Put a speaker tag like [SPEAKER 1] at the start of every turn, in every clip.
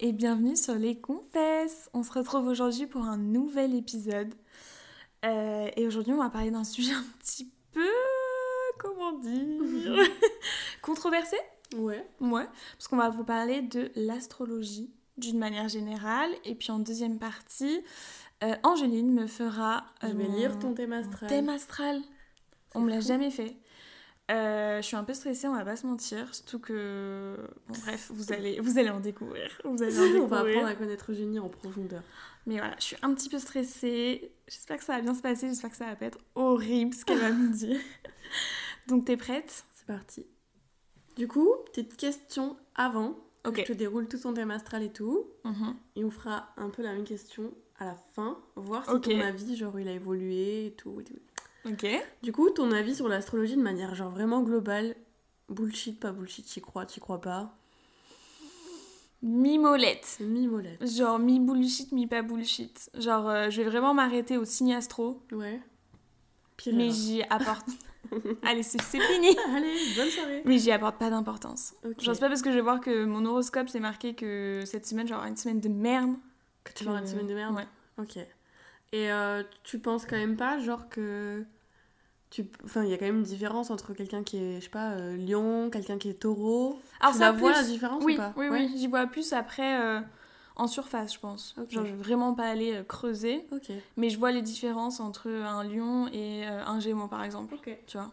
[SPEAKER 1] et bienvenue sur Les Confesses. On se retrouve aujourd'hui pour un nouvel épisode. Euh, et aujourd'hui, on va parler d'un sujet un petit peu. Comment dire Controversé
[SPEAKER 2] Ouais.
[SPEAKER 1] Ouais. Parce qu'on va vous parler de l'astrologie d'une manière générale. Et puis en deuxième partie, euh, Angéline me fera. euh,
[SPEAKER 2] Ah, je vais
[SPEAKER 1] mon-
[SPEAKER 2] lire ton thème
[SPEAKER 1] mon
[SPEAKER 2] astral.
[SPEAKER 1] thème astral. On me l'a
[SPEAKER 2] fou.
[SPEAKER 1] jamais fait. Euh, je suis un peu stressée, on va pas se mentir, surtout que bon, bref, vous allez, vous allez en découvrir. Vous allez en
[SPEAKER 2] On va
[SPEAKER 1] découvrir.
[SPEAKER 2] apprendre à connaître Eugénie en profondeur.
[SPEAKER 1] Mais voilà, je suis un petit peu stressée. J'espère que ça va bien se passer, j'espère que ça va pas être horrible ce qu'elle va me dire. Donc t'es prête
[SPEAKER 2] C'est parti. Du coup, petite question avant.
[SPEAKER 1] Ok.
[SPEAKER 2] Je te déroule tout ton thème astral et tout.
[SPEAKER 1] Mhm.
[SPEAKER 2] Et on fera un peu la même question à la fin. Voir si
[SPEAKER 1] Ok.
[SPEAKER 2] ton avis, genre, il a évolué et tout. et tout.
[SPEAKER 1] Ok.
[SPEAKER 2] Du coup, ton avis sur l'astrologie de manière, genre, vraiment globale. Bullshit, pas bullshit, t'y crois, t'y crois pas.
[SPEAKER 1] Mi-molette.
[SPEAKER 2] C'est mi-molette.
[SPEAKER 1] Genre mi-bullshit, mi-pas bullshit. Genre euh, je vais vraiment m'arrêter au signe astro,
[SPEAKER 2] Ouais. Pire
[SPEAKER 1] mais
[SPEAKER 2] erreur.
[SPEAKER 1] j'y apporte... allez, c'est c'est fini
[SPEAKER 2] Allez, bonne soirée.
[SPEAKER 1] Mais j'y apporte pas d'importance.
[SPEAKER 2] Ok.
[SPEAKER 1] Genre c'est pas parce que je vais voir que mon horoscope c'est marqué que cette semaine j'aurai une semaine de merde.
[SPEAKER 2] Que tu vas avoir une
[SPEAKER 1] que-
[SPEAKER 2] semaine de merde.
[SPEAKER 1] ouais.
[SPEAKER 2] Ok. Et euh, tu penses quand même pas, genre que. Tu... Enfin, il y a quand même une différence entre quelqu'un qui est, je sais pas, euh, lion, quelqu'un qui est taureau.
[SPEAKER 1] Alors
[SPEAKER 2] tu
[SPEAKER 1] ça
[SPEAKER 2] la vois
[SPEAKER 1] plus-
[SPEAKER 2] la différence
[SPEAKER 1] Oui,
[SPEAKER 2] ou pas
[SPEAKER 1] oui,
[SPEAKER 2] Ouais.
[SPEAKER 1] oui, j'y vois plus après euh, en surface, je pense.
[SPEAKER 2] Ok.
[SPEAKER 1] Genre, je vais vraiment pas aller euh, creuser,
[SPEAKER 2] Ok.
[SPEAKER 1] mais je vois les différences entre un lion et euh, un gémeau, par exemple.
[SPEAKER 2] Ok.
[SPEAKER 1] Tu vois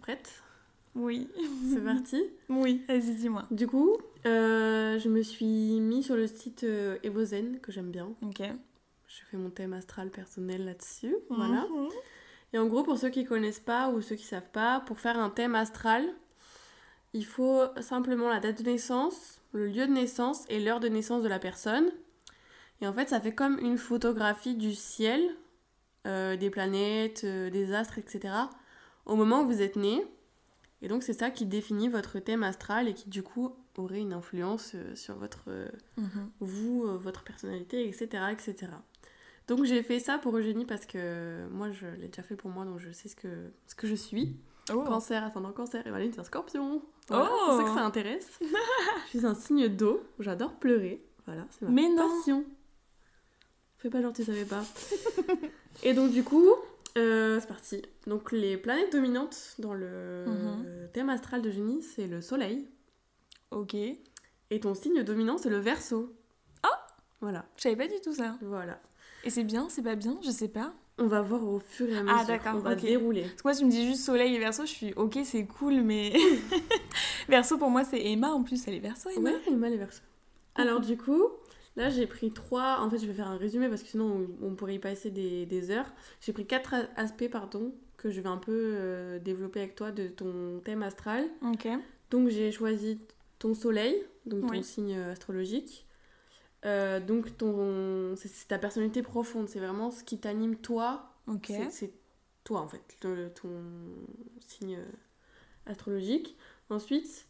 [SPEAKER 2] prête
[SPEAKER 1] Oui.
[SPEAKER 2] C'est parti.
[SPEAKER 1] Oui. Vas-y, dis-moi.
[SPEAKER 2] Du coup, euh, je me suis mis sur le site euh, Evozen, que j'aime bien.
[SPEAKER 1] Ok.
[SPEAKER 2] J'ai fait mon thème astral personnel là-dessus. Voilà.
[SPEAKER 1] Mhm.
[SPEAKER 2] Et en gros, pour ceux qui connaissent pas ou ceux qui savent pas, pour faire un thème astral, il faut simplement la date de naissance, le lieu de naissance et l'heure de naissance de la personne. Et en fait, ça fait comme une photographie du ciel, euh, des planètes, euh, des astres, etc. au moment où vous êtes né. Et donc, c'est ça qui définit votre thème astral et qui, du coup, aurait une influence euh, sur votre euh,
[SPEAKER 1] Mhm.
[SPEAKER 2] vous, euh, votre personnalité, etc. etc. Donc j'ai fait ça pour Eugénie parce que moi je l'ai déjà fait pour moi donc je sais ce que, ce que je suis.
[SPEAKER 1] Oh.
[SPEAKER 2] Cancer, ascendant cancer, et Valérie c'est un scorpion. Voilà, C'est pour ça que ça intéresse. je suis un signe d'eau, j'adore pleurer. Voilà, c'est ma
[SPEAKER 1] Mais non.
[SPEAKER 2] passion. Fais pas genre tu savais pas. et donc du coup, euh, c'est parti. Donc les planètes dominantes dans le
[SPEAKER 1] Mhm.
[SPEAKER 2] thème astral d'Eugénie c'est le soleil.
[SPEAKER 1] Ok. Je
[SPEAKER 2] Et ton signe dominant c'est le verso.
[SPEAKER 1] Oh
[SPEAKER 2] Voilà,
[SPEAKER 1] savais pas du tout ça.
[SPEAKER 2] voilà.
[SPEAKER 1] Et c'est bien, c'est pas bien, je sais pas.
[SPEAKER 2] On va voir au fur et à mesure.
[SPEAKER 1] Ah, d'accord,
[SPEAKER 2] On va
[SPEAKER 1] ok.
[SPEAKER 2] dérouler.
[SPEAKER 1] Parce que moi, tu me dis juste soleil et verso, je suis ok, c'est cool, mais. verso pour moi, c'est Emma en plus, elle est verso, Emma.
[SPEAKER 2] Ouais, Emma les versos. Alors du coup, là j'ai pris trois. En fait, je vais faire un résumé parce que sinon on, on pourrait y passer des, des heures. J'ai pris quatre a- aspects, pardon, que je vais un peu euh, développer avec toi de ton thème astral.
[SPEAKER 1] Ok.
[SPEAKER 2] Donc j'ai choisi ton soleil, donc ton
[SPEAKER 1] Oui.
[SPEAKER 2] signe astrologique. Euh, donc ton, c'est c'est ta personnalité profonde. C'est vraiment ce qui t'anime toi
[SPEAKER 1] Ok.
[SPEAKER 2] C'est- C'est toi en fait, le- ton signe euh, astrologique. Ensuite,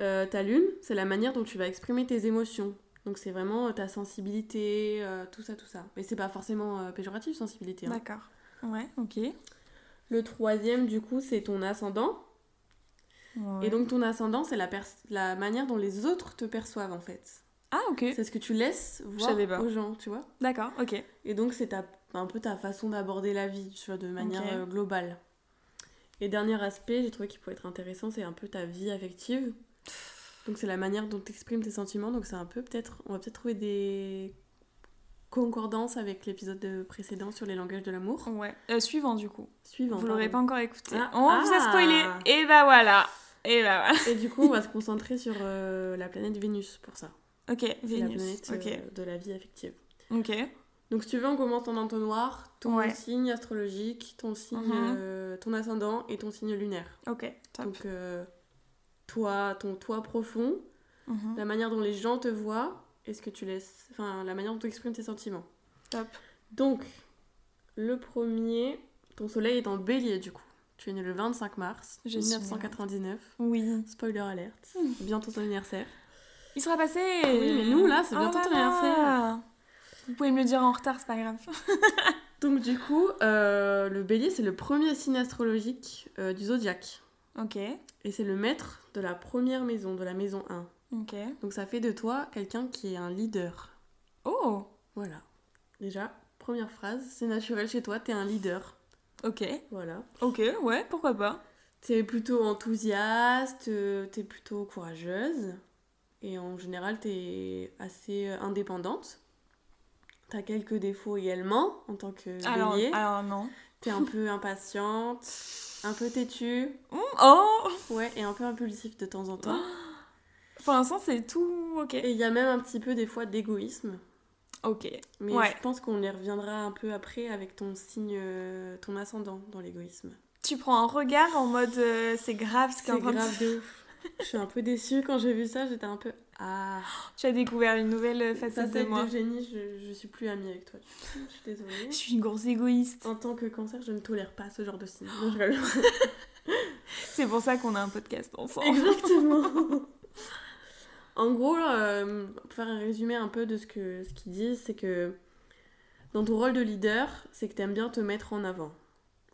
[SPEAKER 2] euh, ta lune, c'est la manière dont tu vas exprimer tes émotions. Donc c'est vraiment euh, ta sensibilité, euh, tout ça, tout ça. Mais c'est pas forcément euh, péjoratif, sensibilité. hein.
[SPEAKER 1] D'accord. Ouais, ok.
[SPEAKER 2] Le troisième, du coup, c'est ton ascendant.
[SPEAKER 1] Ouais.
[SPEAKER 2] Et donc ton ascendant, c'est la, pers- la manière dont les autres te perçoivent en fait.
[SPEAKER 1] Ah, ok.
[SPEAKER 2] C'est ce que tu laisses voir
[SPEAKER 1] savais pas.
[SPEAKER 2] aux gens, tu vois.
[SPEAKER 1] D'accord, ok.
[SPEAKER 2] Et donc, c'est ta- un peu ta façon d'aborder la vie, tu vois, de manière
[SPEAKER 1] Ok.
[SPEAKER 2] euh, globale. Et dernier aspect, j'ai trouvé qu'il pouvait être intéressant, c'est un peu ta vie affective. Donc, c'est la manière dont tu exprimes tes sentiments. Donc, c'est un peu peut-être. On va peut-être trouver des concordances avec l'épisode de- précédent sur les langages de l'amour.
[SPEAKER 1] Ouais. Euh, suivant du coup.
[SPEAKER 2] Suivant.
[SPEAKER 1] vous l'aurez pas
[SPEAKER 2] pardon.
[SPEAKER 1] encore écouté.
[SPEAKER 2] Ah.
[SPEAKER 1] On vous a
[SPEAKER 2] Ah.
[SPEAKER 1] spoilé. Et bah voilà. Et bah voilà.
[SPEAKER 2] Et du coup, on va se concentrer sur euh, la planète Vénus pour ça.
[SPEAKER 1] Ok,
[SPEAKER 2] C'est la
[SPEAKER 1] Vénus.
[SPEAKER 2] planète
[SPEAKER 1] Ok.
[SPEAKER 2] euh, de la vie affective.
[SPEAKER 1] Ok.
[SPEAKER 2] Donc si tu veux, on commence en entonnoir, ton
[SPEAKER 1] Ouais.
[SPEAKER 2] signe astrologique, ton signe,
[SPEAKER 1] Mhm.
[SPEAKER 2] euh, ton ascendant et ton signe lunaire.
[SPEAKER 1] Ok. Top.
[SPEAKER 2] Donc euh, toi, ton toi profond,
[SPEAKER 1] Mhm.
[SPEAKER 2] la manière dont les gens te voient, est-ce que tu laisses, enfin la manière dont tu exprimes tes sentiments.
[SPEAKER 1] Top.
[SPEAKER 2] Donc le premier, ton soleil est en Bélier du coup. Tu es né le 25 mars
[SPEAKER 1] Je suis Mm.
[SPEAKER 2] 1999.
[SPEAKER 1] Oui.
[SPEAKER 2] Spoiler alerte. Bientôt ton anniversaire.
[SPEAKER 1] Il sera passé. Oh
[SPEAKER 2] Oui, mais nous, là, c'est bientôt
[SPEAKER 1] là
[SPEAKER 2] ton
[SPEAKER 1] là.
[SPEAKER 2] anniversaire.
[SPEAKER 1] Vous pouvez me le dire en retard, c'est pas grave.
[SPEAKER 2] Donc du coup, euh, le Bélier c'est le premier signe astrologique euh, du zodiaque.
[SPEAKER 1] Ok.
[SPEAKER 2] Et c'est le maître de la première maison, de la maison 1.
[SPEAKER 1] Ok.
[SPEAKER 2] Donc ça fait de toi quelqu'un qui est un leader.
[SPEAKER 1] Oh
[SPEAKER 2] Voilà. Déjà, première phrase, c'est naturel chez toi, t'es un leader.
[SPEAKER 1] Ok.
[SPEAKER 2] Voilà.
[SPEAKER 1] Ok, ouais, pourquoi pas.
[SPEAKER 2] T'es plutôt enthousiaste, euh, t'es plutôt courageuse. Et en général, t'es assez euh, indépendante. T'as quelques défauts également en tant que
[SPEAKER 1] Alors,
[SPEAKER 2] bélier.
[SPEAKER 1] alors non.
[SPEAKER 2] T'es un peu impatiente, un peu têtue,
[SPEAKER 1] Hum, oh
[SPEAKER 2] ouais, et un peu impulsif de temps en temps.
[SPEAKER 1] Pour l'instant, c'est tout ok.
[SPEAKER 2] Et il y a même un petit peu des fois d'égoïsme.
[SPEAKER 1] Ok.
[SPEAKER 2] Mais
[SPEAKER 1] Ouais.
[SPEAKER 2] je pense qu'on y reviendra un peu après avec ton signe, euh, ton ascendant dans l'égoïsme.
[SPEAKER 1] Tu prends un regard en mode euh, c'est grave ce qui est en
[SPEAKER 2] C'est
[SPEAKER 1] train de
[SPEAKER 2] grave de ouf. Je suis un peu déçue quand j'ai vu ça, j'étais un peu. Ah,
[SPEAKER 1] Tu as découvert une nouvelle euh,
[SPEAKER 2] ça
[SPEAKER 1] facette de
[SPEAKER 2] c'est
[SPEAKER 1] moi.
[SPEAKER 2] de génie, je, je suis plus amie avec toi. Je suis désolée.
[SPEAKER 1] Je suis une grosse égoïste.
[SPEAKER 2] En tant que cancer, je ne tolère pas ce genre de signe. Non, je rigole.
[SPEAKER 1] C'est pour ça qu'on a un podcast
[SPEAKER 2] Oh.
[SPEAKER 1] ensemble.
[SPEAKER 2] Exactement. en gros, euh, pour faire un résumé un peu de ce que ce qu'ils disent, c'est que dans ton rôle de leader, c'est que t'aimes bien te mettre en avant.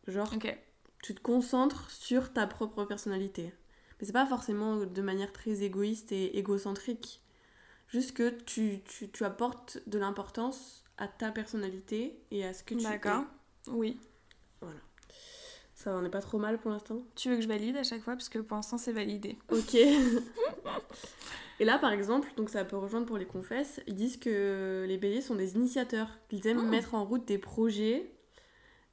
[SPEAKER 2] Genre,
[SPEAKER 1] Ok.
[SPEAKER 2] tu te concentres sur ta propre personnalité. Mais c'est pas forcément de manière très égoïste et égocentrique. Juste que tu, tu, tu apportes de l'importance à ta personnalité et à ce que tu es.
[SPEAKER 1] D'accord. Oui.
[SPEAKER 2] Ça, on n'est pas trop mal pour l'instant.
[SPEAKER 1] Tu veux que je valide à chaque fois parce que pour l'instant c'est validé.
[SPEAKER 2] Ok. Et là, par exemple, donc ça peut rejoindre pour les confesses, ils disent que les béliers sont des initiateurs, qu'ils aiment
[SPEAKER 1] Oh.
[SPEAKER 2] mettre en route des projets.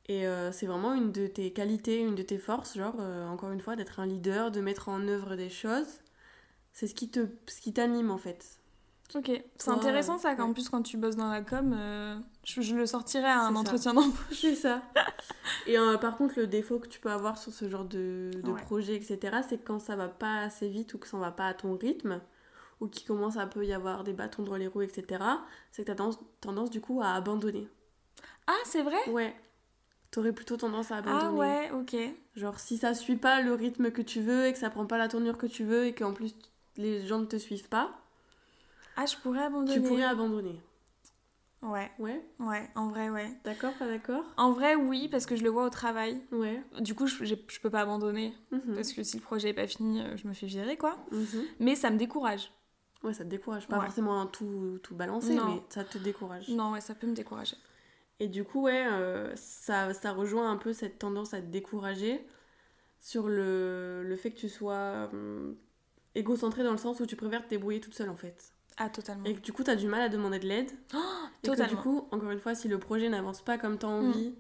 [SPEAKER 2] Et euh, c'est vraiment une de tes qualités, une de tes forces, genre, euh, encore une fois, d'être un leader, de mettre en œuvre des choses. C'est ce qui te, ce qui t'anime, en fait.
[SPEAKER 1] Ok. C'est
[SPEAKER 2] Toi,
[SPEAKER 1] intéressant ça
[SPEAKER 2] ouais.
[SPEAKER 1] qu'en plus quand tu bosses dans la com, euh, je, je le sortirai à un
[SPEAKER 2] C'est ça.
[SPEAKER 1] entretien d'embauche.
[SPEAKER 2] C'est ça. Et euh, par contre, le défaut que tu peux avoir sur ce genre de, de
[SPEAKER 1] Ouais.
[SPEAKER 2] projet, etc., c'est que quand ça va pas assez vite ou que ça va pas à ton rythme, ou qu'il commence à peu y avoir des bâtons dans les roues, etc., c'est que t'as tendance, tendance du coup à abandonner.
[SPEAKER 1] Ah, c'est vrai
[SPEAKER 2] Ouais. T'aurais plutôt tendance à abandonner.
[SPEAKER 1] Ah ouais, ok.
[SPEAKER 2] Genre, si ça suit pas le rythme que tu veux et que ça prend pas la tournure que tu veux et qu'en plus les gens ne te suivent pas,
[SPEAKER 1] Ah, je pourrais abandonner.
[SPEAKER 2] tu pourrais abandonner.
[SPEAKER 1] Ouais,
[SPEAKER 2] Ouais,
[SPEAKER 1] ouais, en vrai, ouais.
[SPEAKER 2] d'accord, pas d'accord
[SPEAKER 1] En vrai, oui, parce que je le vois au travail.
[SPEAKER 2] Ouais.
[SPEAKER 1] Du coup, je, j'ai- je peux pas abandonner.
[SPEAKER 2] Mhm.
[SPEAKER 1] Parce que si le projet est pas fini, euh, je me fais virer, quoi.
[SPEAKER 2] Mhm.
[SPEAKER 1] Mais ça me décourage.
[SPEAKER 2] Ouais, ça te décourage. Pas
[SPEAKER 1] Ouais.
[SPEAKER 2] forcément un tout, tout balancer,
[SPEAKER 1] Non.
[SPEAKER 2] mais ça te décourage.
[SPEAKER 1] Non, ouais, ça peut me décourager.
[SPEAKER 2] Et du coup, ouais, euh, ça, ça rejoint un peu cette tendance à te décourager sur le, le fait que tu sois hum, égocentré dans le sens où tu préfères te débrouiller toute seule en fait.
[SPEAKER 1] Ah, totalement.
[SPEAKER 2] Et que du coup, t'as du mal à demander de l'aide. et que du
[SPEAKER 1] Oh, Totalement. Mm.
[SPEAKER 2] coup, encore une fois, si le projet n'avance pas comme t'as envie,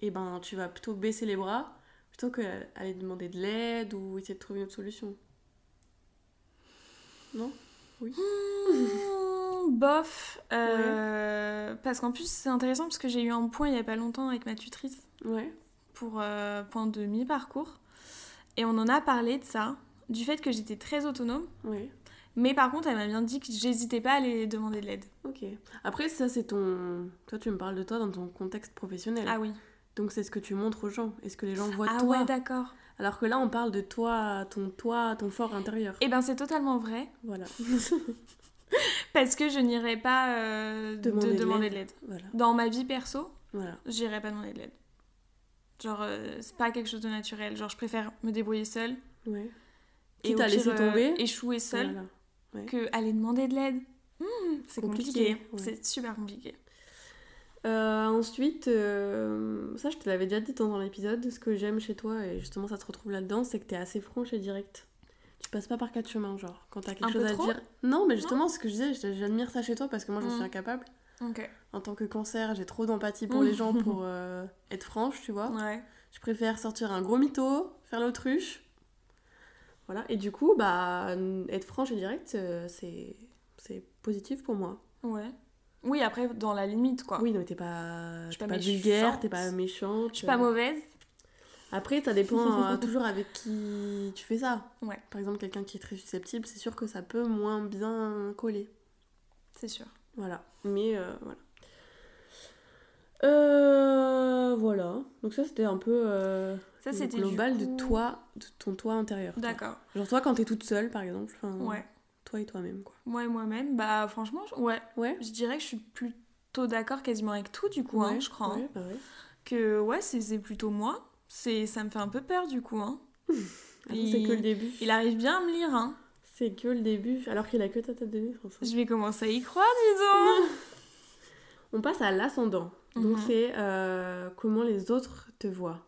[SPEAKER 2] et ben tu vas plutôt baisser les bras plutôt qu'aller demander de l'aide ou essayer de trouver une autre solution. Non
[SPEAKER 1] Mmh, bof. euh, Parce qu'en plus, c'est intéressant parce que j'ai eu un point il y a pas longtemps avec ma tutrice
[SPEAKER 2] Ouais.
[SPEAKER 1] pour euh, point de mi-parcours. Et on en a parlé de ça, du fait que j'étais très autonome.
[SPEAKER 2] Ouais.
[SPEAKER 1] Mais par contre, elle m'a bien dit que j'hésitais pas à aller demander de l'aide.
[SPEAKER 2] Ok. Après, ça, c'est ton. Toi, tu me parles de toi dans ton contexte professionnel.
[SPEAKER 1] Ah oui.
[SPEAKER 2] Donc, c'est ce que tu montres aux gens. Est-ce que les gens voient
[SPEAKER 1] ah
[SPEAKER 2] toi
[SPEAKER 1] ouais, d'accord.
[SPEAKER 2] Alors que là, on parle de toi, ton toi, ton fort intérieur.
[SPEAKER 1] Et ben c'est totalement vrai.
[SPEAKER 2] Voilà.
[SPEAKER 1] Parce que je n'irai pas euh,
[SPEAKER 2] Demander
[SPEAKER 1] de
[SPEAKER 2] de
[SPEAKER 1] demander
[SPEAKER 2] l'aide.
[SPEAKER 1] de l'aide.
[SPEAKER 2] voilà.
[SPEAKER 1] Dans ma vie perso,
[SPEAKER 2] Voilà.
[SPEAKER 1] j'irai pas demander de l'aide. Genre, euh, c'est pas quelque chose de naturel. Genre, je préfère me débrouiller seule.
[SPEAKER 2] Ouais.
[SPEAKER 1] au
[SPEAKER 2] Quitte à
[SPEAKER 1] pire,
[SPEAKER 2] laisser
[SPEAKER 1] euh,
[SPEAKER 2] tomber.
[SPEAKER 1] échouer seule
[SPEAKER 2] Voilà.
[SPEAKER 1] que aller demander de l'aide. Hmm, c'est compliqué.
[SPEAKER 2] Compliqué, ouais.
[SPEAKER 1] C'est super compliqué.
[SPEAKER 2] Euh, ensuite, euh, ça, je te l'avais déjà dit dans dans l'épisode. Ce que j'aime chez toi, et justement, ça se retrouve là-dedans, c'est que t'es assez franche et directe. Tu passes pas par quatre chemins, genre. Quand t'as quelque
[SPEAKER 1] Un peu
[SPEAKER 2] chose à
[SPEAKER 1] trop
[SPEAKER 2] dire. Non, mais justement, ce que je disais, j'admire ça chez toi parce que moi, je
[SPEAKER 1] Mm.
[SPEAKER 2] suis incapable.
[SPEAKER 1] Ok.
[SPEAKER 2] en tant que cancer, j'ai trop d'empathie pour les gens pour euh, être franche, tu vois.
[SPEAKER 1] Mmh. Ouais.
[SPEAKER 2] Je préfère sortir un gros mytho, faire l'autruche. Voilà, et du coup, bah, n- être franche et directe, euh, c'est c'est positif pour moi.
[SPEAKER 1] Ouais. Oui, après, dans la limite, quoi.
[SPEAKER 2] Oui, non, mais t'es pas,
[SPEAKER 1] Ah. Je suis
[SPEAKER 2] t'es
[SPEAKER 1] pas
[SPEAKER 2] pas vulgaire,
[SPEAKER 1] méchante.
[SPEAKER 2] t'es pas méchante.
[SPEAKER 1] Je suis pas
[SPEAKER 2] euh.
[SPEAKER 1] mauvaise.
[SPEAKER 2] Après, ça dépend euh, toujours avec qui tu fais ça.
[SPEAKER 1] Ouais.
[SPEAKER 2] Par exemple, quelqu'un qui est très susceptible, c'est sûr que ça peut moins bien coller.
[SPEAKER 1] C'est sûr.
[SPEAKER 2] Voilà. Mais euh, voilà. Euh, voilà. Donc ça, c'était un peu euh,
[SPEAKER 1] Ça,
[SPEAKER 2] le
[SPEAKER 1] c'était du
[SPEAKER 2] global
[SPEAKER 1] coup-
[SPEAKER 2] de toi, de ton toi intérieur. toi.
[SPEAKER 1] D'accord.
[SPEAKER 2] Genre toi, quand t'es toute seule, par exemple. enfin,
[SPEAKER 1] Ouais.
[SPEAKER 2] Toi et toi-même, quoi.
[SPEAKER 1] Moi et moi-même, bah, franchement, je- ouais.
[SPEAKER 2] Ouais.
[SPEAKER 1] Je dirais que je suis plutôt d'accord quasiment avec tout, du coup, hein,
[SPEAKER 2] Ouais,
[SPEAKER 1] je crois. hein.
[SPEAKER 2] ouais, bah ouais.
[SPEAKER 1] Que, ouais, c'est c'est plutôt moi. C'est- Ça me fait un peu peur, du coup. Hein.
[SPEAKER 2] Attends, Ah, c'est que le
[SPEAKER 1] Il-
[SPEAKER 2] début.
[SPEAKER 1] Il arrive bien à me lire, hein.
[SPEAKER 2] C'est- C'est que le début, alors qu'il a que ta tête de nez. François.
[SPEAKER 1] Je vais commencer à y croire, disons.
[SPEAKER 2] On passe à l'ascendant. Donc
[SPEAKER 1] Mhm.
[SPEAKER 2] c'est euh, comment les autres te voient.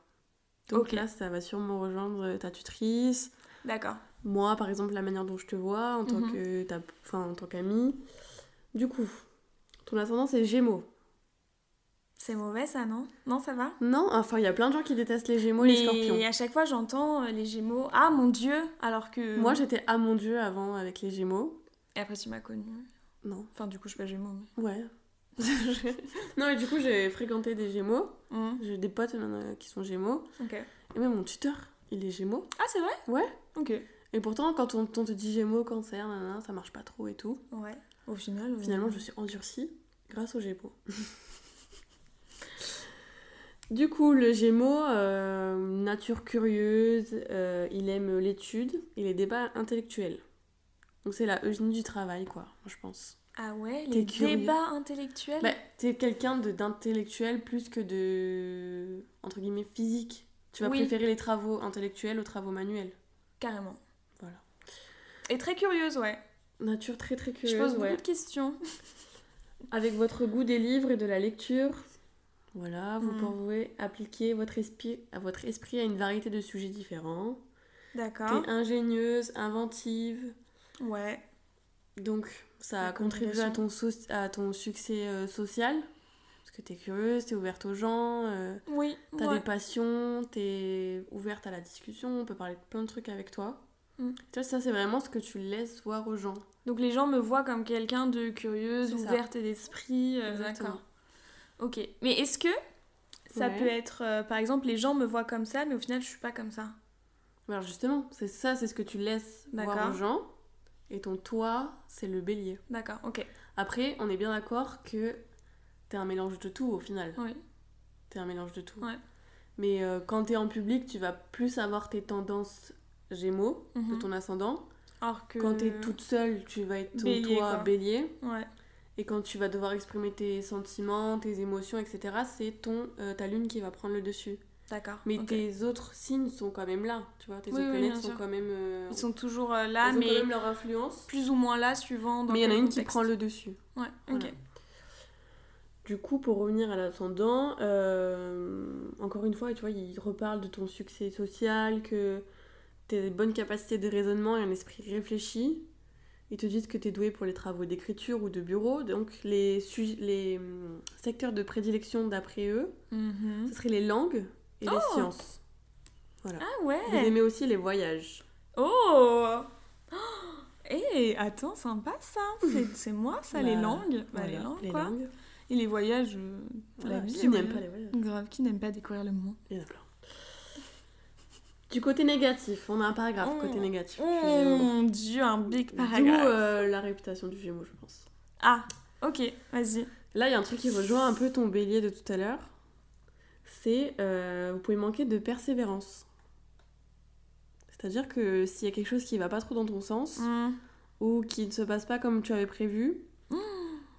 [SPEAKER 2] Donc
[SPEAKER 1] Ok.
[SPEAKER 2] là, ça va sûrement rejoindre ta tutrice.
[SPEAKER 1] D'accord.
[SPEAKER 2] Moi, par exemple, la manière dont je te vois en tant
[SPEAKER 1] Mhm.
[SPEAKER 2] que ta, enfin, en tant qu'amie. Du coup, ton ascendant c'est Gémeaux.
[SPEAKER 1] C'est mauvais ça, non Non, ça va
[SPEAKER 2] Non, enfin, il y a plein de gens qui détestent les Gémeaux et les Scorpions.
[SPEAKER 1] Mais à chaque fois, j'entends euh, les Gémeaux. Ah mon Dieu Alors que. euh,
[SPEAKER 2] Moi, j'étais à mon Dieu avant avec les Gémeaux.
[SPEAKER 1] Et après, tu m'as connue.
[SPEAKER 2] Non.
[SPEAKER 1] Enfin, du coup, je suis pas Gémeaux. mais-
[SPEAKER 2] Ouais. non, et du coup, j'ai fréquenté des Gémeaux.
[SPEAKER 1] Hum,
[SPEAKER 2] J'ai des potes maintenant euh, qui sont Gémeaux.
[SPEAKER 1] Ok.
[SPEAKER 2] Et même mon tuteur, il est Gémeaux.
[SPEAKER 1] Ah, c'est vrai
[SPEAKER 2] Ouais.
[SPEAKER 1] Ok.
[SPEAKER 2] Et pourtant, quand on, on te dit Gémeaux, Cancer, nanana, ça marche pas trop et tout.
[SPEAKER 1] Ouais. Au final. euh,
[SPEAKER 2] Finalement, je suis endurcie grâce au Gémeaux. du coup, le Gémeaux, euh, nature curieuse, euh, il aime l'étude et les débats intellectuels. Donc c'est la Eugénie du travail, quoi, je pense.
[SPEAKER 1] Ah ouais,
[SPEAKER 2] T'es
[SPEAKER 1] les
[SPEAKER 2] curieux.
[SPEAKER 1] débats intellectuels
[SPEAKER 2] Bah, t'es quelqu'un de- d'intellectuel plus que de, entre guillemets, physique. Tu vas
[SPEAKER 1] Oui.
[SPEAKER 2] préférer les travaux intellectuels aux travaux manuels.
[SPEAKER 1] Carrément.
[SPEAKER 2] Voilà.
[SPEAKER 1] Et très curieuse, ouais.
[SPEAKER 2] Nature très très curieuse,
[SPEAKER 1] Je pose
[SPEAKER 2] ouais.
[SPEAKER 1] beaucoup de questions.
[SPEAKER 2] Avec votre goût des livres et de la lecture, voilà, vous
[SPEAKER 1] Hmm.
[SPEAKER 2] pouvez appliquer votre esprit, à votre esprit à une variété de sujets différents.
[SPEAKER 1] D'accord.
[SPEAKER 2] T'es ingénieuse, inventive,
[SPEAKER 1] Ouais.
[SPEAKER 2] donc ça
[SPEAKER 1] La
[SPEAKER 2] a contribué à ton, soci- à ton succès euh, social, parce que t'es curieuse, t'es ouverte aux gens, euh,
[SPEAKER 1] Oui.
[SPEAKER 2] t'as
[SPEAKER 1] ouais.
[SPEAKER 2] des passions, t'es ouverte à la discussion, on peut parler de plein de trucs avec toi.
[SPEAKER 1] Hmm.
[SPEAKER 2] Tu vois, ça c'est vraiment ce que tu laisses voir aux gens.
[SPEAKER 1] Donc les gens me voient comme quelqu'un de curieuse,
[SPEAKER 2] C'est ça.
[SPEAKER 1] ouverte d'esprit. euh,
[SPEAKER 2] Exactement.
[SPEAKER 1] D'accord. Ok. Mais est-ce que ça
[SPEAKER 2] Ouais.
[SPEAKER 1] peut être, euh, par exemple, les gens me voient comme ça, mais au final je suis pas comme ça.
[SPEAKER 2] Alors justement, c'est ça, c'est ce que tu laisses voir
[SPEAKER 1] D'accord.
[SPEAKER 2] aux gens. Et ton toi, c'est le bélier.
[SPEAKER 1] D'accord. Ok.
[SPEAKER 2] Après, on est bien d'accord que t'es un mélange de tout au final.
[SPEAKER 1] Oui.
[SPEAKER 2] T'es un mélange de tout.
[SPEAKER 1] Ouais.
[SPEAKER 2] Mais euh, quand t'es en public, tu vas plus avoir tes tendances gémeaux de
[SPEAKER 1] Mhm.
[SPEAKER 2] ton ascendant.
[SPEAKER 1] Alors que
[SPEAKER 2] Quand t'es toute seule, tu vas être ton
[SPEAKER 1] Bélier,
[SPEAKER 2] toi
[SPEAKER 1] quoi.
[SPEAKER 2] bélier.
[SPEAKER 1] Ouais.
[SPEAKER 2] Et quand tu vas devoir exprimer tes sentiments, tes émotions, etc., c'est ton euh, ta lune qui va prendre le dessus.
[SPEAKER 1] D'accord.
[SPEAKER 2] Mais
[SPEAKER 1] ok.
[SPEAKER 2] tes autres signes sont quand même là, tu vois. Tes
[SPEAKER 1] Oui,
[SPEAKER 2] autres
[SPEAKER 1] oui,
[SPEAKER 2] planètes
[SPEAKER 1] bien
[SPEAKER 2] sont
[SPEAKER 1] sûr.
[SPEAKER 2] quand même euh,
[SPEAKER 1] Ils sont toujours euh,
[SPEAKER 2] elles
[SPEAKER 1] là,
[SPEAKER 2] ont quand
[SPEAKER 1] mais
[SPEAKER 2] même leur influence.
[SPEAKER 1] plus ou moins là, suivant. Dans
[SPEAKER 2] Mais il y en a
[SPEAKER 1] quel
[SPEAKER 2] une qui
[SPEAKER 1] contexte.
[SPEAKER 2] prend le dessus.
[SPEAKER 1] Ouais.
[SPEAKER 2] Voilà.
[SPEAKER 1] Ok.
[SPEAKER 2] Du coup, pour revenir à l'ascendant, euh, encore une fois, tu vois, il reparle de ton succès social, que t'as des bonnes capacités de raisonnement et un esprit réfléchi. Ils te disent que t'es doué pour les travaux d'écriture ou de bureau, donc les, sujets- les hum, secteurs de prédilection d'après eux,
[SPEAKER 1] Mhm.
[SPEAKER 2] ce seraient les langues et les
[SPEAKER 1] Oh
[SPEAKER 2] sciences.
[SPEAKER 1] Ah
[SPEAKER 2] Vous
[SPEAKER 1] ouais.
[SPEAKER 2] aimez aussi les voyages.
[SPEAKER 1] Oh. Eh, attends, sympa ça! C'est- C'est moi ça, les
[SPEAKER 2] Bah,
[SPEAKER 1] langues! Bah, les
[SPEAKER 2] Voilà,
[SPEAKER 1] langues quoi!
[SPEAKER 2] langues.
[SPEAKER 1] Et les voyages, euh,
[SPEAKER 2] Voilà,
[SPEAKER 1] vie,
[SPEAKER 2] qui
[SPEAKER 1] les
[SPEAKER 2] n'aime
[SPEAKER 1] voyages.
[SPEAKER 2] pas les voyages
[SPEAKER 1] Grave, qui n'aime pas découvrir le monde
[SPEAKER 2] Il y en a plein. Du côté négatif, on a un paragraphe
[SPEAKER 1] Oh.
[SPEAKER 2] côté négatif.
[SPEAKER 1] Oh mon dieu, un big
[SPEAKER 2] D'où
[SPEAKER 1] paragraphe.
[SPEAKER 2] euh, la réputation du Gémeaux, je pense.
[SPEAKER 1] Ah, ok, vas-y.
[SPEAKER 2] Là, il y a un truc qui rejoint un peu ton bélier de tout à l'heure. C'est euh, vous pouvez manquer de persévérance. C'est-à-dire que s'il y a quelque chose qui va pas trop dans ton sens
[SPEAKER 1] Hmm,
[SPEAKER 2] ou qui ne se passe pas comme tu avais prévu, tu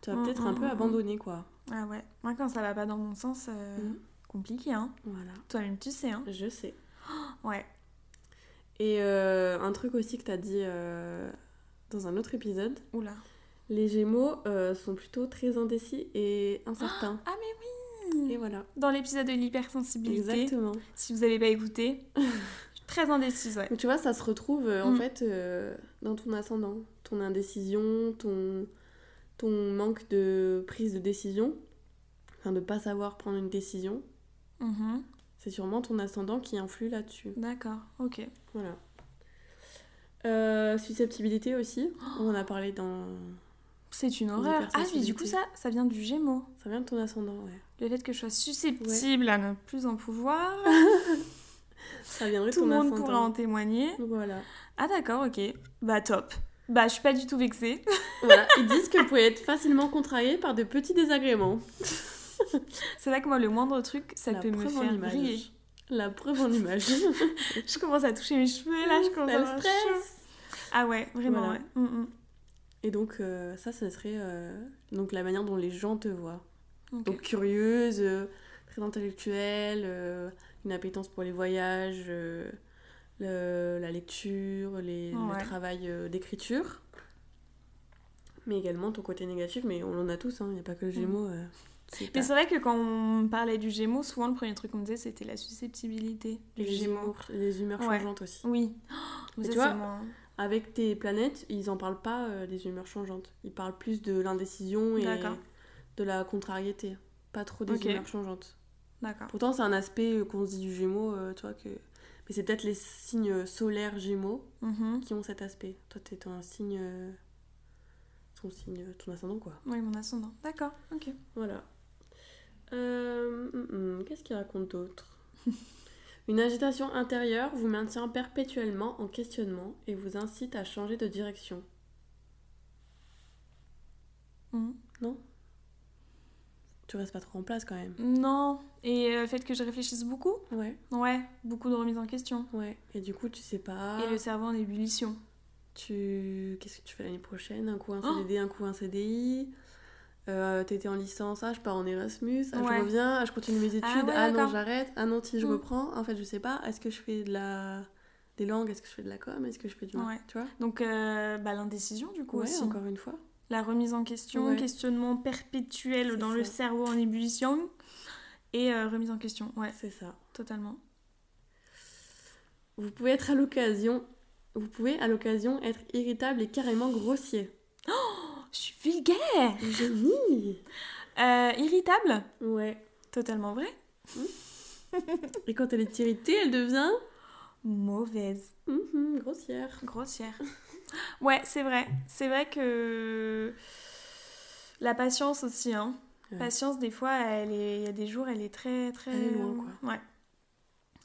[SPEAKER 2] vas
[SPEAKER 1] Mm,
[SPEAKER 2] peut-être
[SPEAKER 1] mm,
[SPEAKER 2] un peu
[SPEAKER 1] mm, mm.
[SPEAKER 2] abandonner quoi.
[SPEAKER 1] Ah ouais, moi quand ça va pas dans mon sens, euh,
[SPEAKER 2] Mhm.
[SPEAKER 1] compliqué, hein.
[SPEAKER 2] Voilà,
[SPEAKER 1] Toi-même tu sais, hein.
[SPEAKER 2] je sais.
[SPEAKER 1] Ouais.
[SPEAKER 2] Et euh, un truc aussi que t'as dit euh, dans un autre épisode,
[SPEAKER 1] Oula.
[SPEAKER 2] les Gémeaux euh, sont plutôt très indécis et incertains.
[SPEAKER 1] Ah mais oui
[SPEAKER 2] et voilà,
[SPEAKER 1] Dans l'épisode de l'hypersensibilité,
[SPEAKER 2] exactement.
[SPEAKER 1] si vous avez pas écouté, je suis très indécise, ouais.
[SPEAKER 2] Donc, tu vois, ça se retrouve euh, en
[SPEAKER 1] Mm.
[SPEAKER 2] fait euh, dans ton ascendant, ton indécision, ton, ton manque de prise de décision, enfin de pas savoir prendre une décision.
[SPEAKER 1] Mhm,
[SPEAKER 2] C'est sûrement ton ascendant qui influe là-dessus.
[SPEAKER 1] D'accord, ok.
[SPEAKER 2] Voilà. Euh, susceptibilité aussi, on en a parlé dans.
[SPEAKER 1] C'est une horreur. Ah oui, du
[SPEAKER 2] L'hypersensibilité.
[SPEAKER 1] coup ça, ça vient du Gémeaux.
[SPEAKER 2] Ça vient de ton ascendant, ouais.
[SPEAKER 1] Le fait que je sois susceptible à ne plus en pouvoir,
[SPEAKER 2] Ça viendrait de
[SPEAKER 1] tout
[SPEAKER 2] ton
[SPEAKER 1] le monde
[SPEAKER 2] ascendant.
[SPEAKER 1] pourra en témoigner.
[SPEAKER 2] Voilà.
[SPEAKER 1] Ah d'accord, ok. Bah top. Bah je suis pas du tout vexée.
[SPEAKER 2] voilà. Ils disent que vous pouvez être facilement contrarié par de petits désagréments.
[SPEAKER 1] C'est vrai que moi le moindre truc, ça
[SPEAKER 2] La
[SPEAKER 1] peut me
[SPEAKER 2] preuve en
[SPEAKER 1] faire
[SPEAKER 2] image.
[SPEAKER 1] briller.
[SPEAKER 2] La preuve en image.
[SPEAKER 1] Je commence à toucher mes cheveux là, je commence à
[SPEAKER 2] Ça le
[SPEAKER 1] avoir chaud.
[SPEAKER 2] stresse.
[SPEAKER 1] Ah ouais, vraiment
[SPEAKER 2] Voilà.
[SPEAKER 1] ouais. Mm,
[SPEAKER 2] Et donc euh, ça, ça serait euh, donc la manière dont les gens te voient.
[SPEAKER 1] mm. Ok.
[SPEAKER 2] Donc curieuse, euh, très intellectuelle, euh, une appétence pour les voyages, euh, le- la lecture, les,
[SPEAKER 1] Ouais.
[SPEAKER 2] le travail euh, d'écriture, mais également ton côté négatif, mais on en a tous, hein, il n'y a pas que le Gémeaux. euh, c'est
[SPEAKER 1] Mm. Mais
[SPEAKER 2] pas-
[SPEAKER 1] c'est vrai que quand on parlait du Gémeaux, souvent le premier truc qu'on me disait c'était la susceptibilité du
[SPEAKER 2] les
[SPEAKER 1] Gémeaux.
[SPEAKER 2] humours, les humeurs
[SPEAKER 1] Ouais.
[SPEAKER 2] changeantes aussi.
[SPEAKER 1] Oui.
[SPEAKER 2] Mais
[SPEAKER 1] Ça,
[SPEAKER 2] tu vois,
[SPEAKER 1] c'est moi.
[SPEAKER 2] Avec tes planètes, ils en parlent pas euh, des humeurs changeantes. Ils parlent plus de l'indécision et
[SPEAKER 1] D'accord.
[SPEAKER 2] de la contrariété. Pas trop des
[SPEAKER 1] Ok.
[SPEAKER 2] humeurs changeantes.
[SPEAKER 1] D'accord.
[SPEAKER 2] Pourtant, c'est un aspect euh, qu'on se dit du Gémeaux, euh, tu vois que. Mais c'est peut-être les signes euh, solaires Gémeaux
[SPEAKER 1] Mhm.
[SPEAKER 2] qui ont cet aspect. Toi, t'es ton signe, euh, ton signe, euh, ton ascendant quoi.
[SPEAKER 1] Oui, mon ascendant. D'accord. Ok.
[SPEAKER 2] Voilà. Euh, hum, hum, Qu'est-ce qu'il raconte d'autre Une agitation intérieure vous maintient perpétuellement en questionnement et vous incite à changer de direction. Mm.
[SPEAKER 1] Mhm.
[SPEAKER 2] Tu restes pas trop en place quand même.
[SPEAKER 1] Non. Et euh, le fait que je réfléchisse beaucoup
[SPEAKER 2] Ouais,
[SPEAKER 1] Ouais. Beaucoup de remises en question.
[SPEAKER 2] ouais. Et du coup, tu sais pas.
[SPEAKER 1] Et le cerveau en ébullition.
[SPEAKER 2] Tu... Qu'est-ce que tu fais l'année prochaine Un coup un
[SPEAKER 1] Oh
[SPEAKER 2] CDD, un coup un CDI euh, T'étais en licence, ah je pars en Erasmus, ah,
[SPEAKER 1] Ouais.
[SPEAKER 2] je reviens, ah, je continue mes études,
[SPEAKER 1] Ah
[SPEAKER 2] ah,
[SPEAKER 1] ouais,
[SPEAKER 2] non
[SPEAKER 1] d'accord.
[SPEAKER 2] j'arrête, ah non si je
[SPEAKER 1] Mm.
[SPEAKER 2] reprends, en fait je sais pas, est-ce que je fais de la... des langues, est-ce que je fais de la com, est-ce que je fais du...
[SPEAKER 1] Ouais.
[SPEAKER 2] Tu vois
[SPEAKER 1] Donc, euh, bah, l'indécision, du coup,
[SPEAKER 2] Ouais,
[SPEAKER 1] aussi.
[SPEAKER 2] encore une fois.
[SPEAKER 1] La remise en question,
[SPEAKER 2] Ouais.
[SPEAKER 1] questionnement perpétuel
[SPEAKER 2] C'est
[SPEAKER 1] dans le
[SPEAKER 2] ça.
[SPEAKER 1] cerveau en ébullition. Et euh, remise en question. Ouais,
[SPEAKER 2] C'est ça.
[SPEAKER 1] totalement.
[SPEAKER 2] Vous pouvez être à l'occasion... Vous pouvez à l'occasion être irritable et carrément grossier.
[SPEAKER 1] Je suis vulgaire
[SPEAKER 2] Génie
[SPEAKER 1] Euh, Irritable
[SPEAKER 2] Ouais.
[SPEAKER 1] Totalement vrai.
[SPEAKER 2] Et quand elle est irritée, elle devient...
[SPEAKER 1] Mauvaise.
[SPEAKER 2] hum, hum, grossière.
[SPEAKER 1] Grossière. ouais, c'est vrai. C'est vrai que la patience aussi, hein.
[SPEAKER 2] Ouais.
[SPEAKER 1] Patience, des fois, elle est... il y a des jours, elle est très, très...
[SPEAKER 2] Elle est loin,
[SPEAKER 1] quoi. Ouais.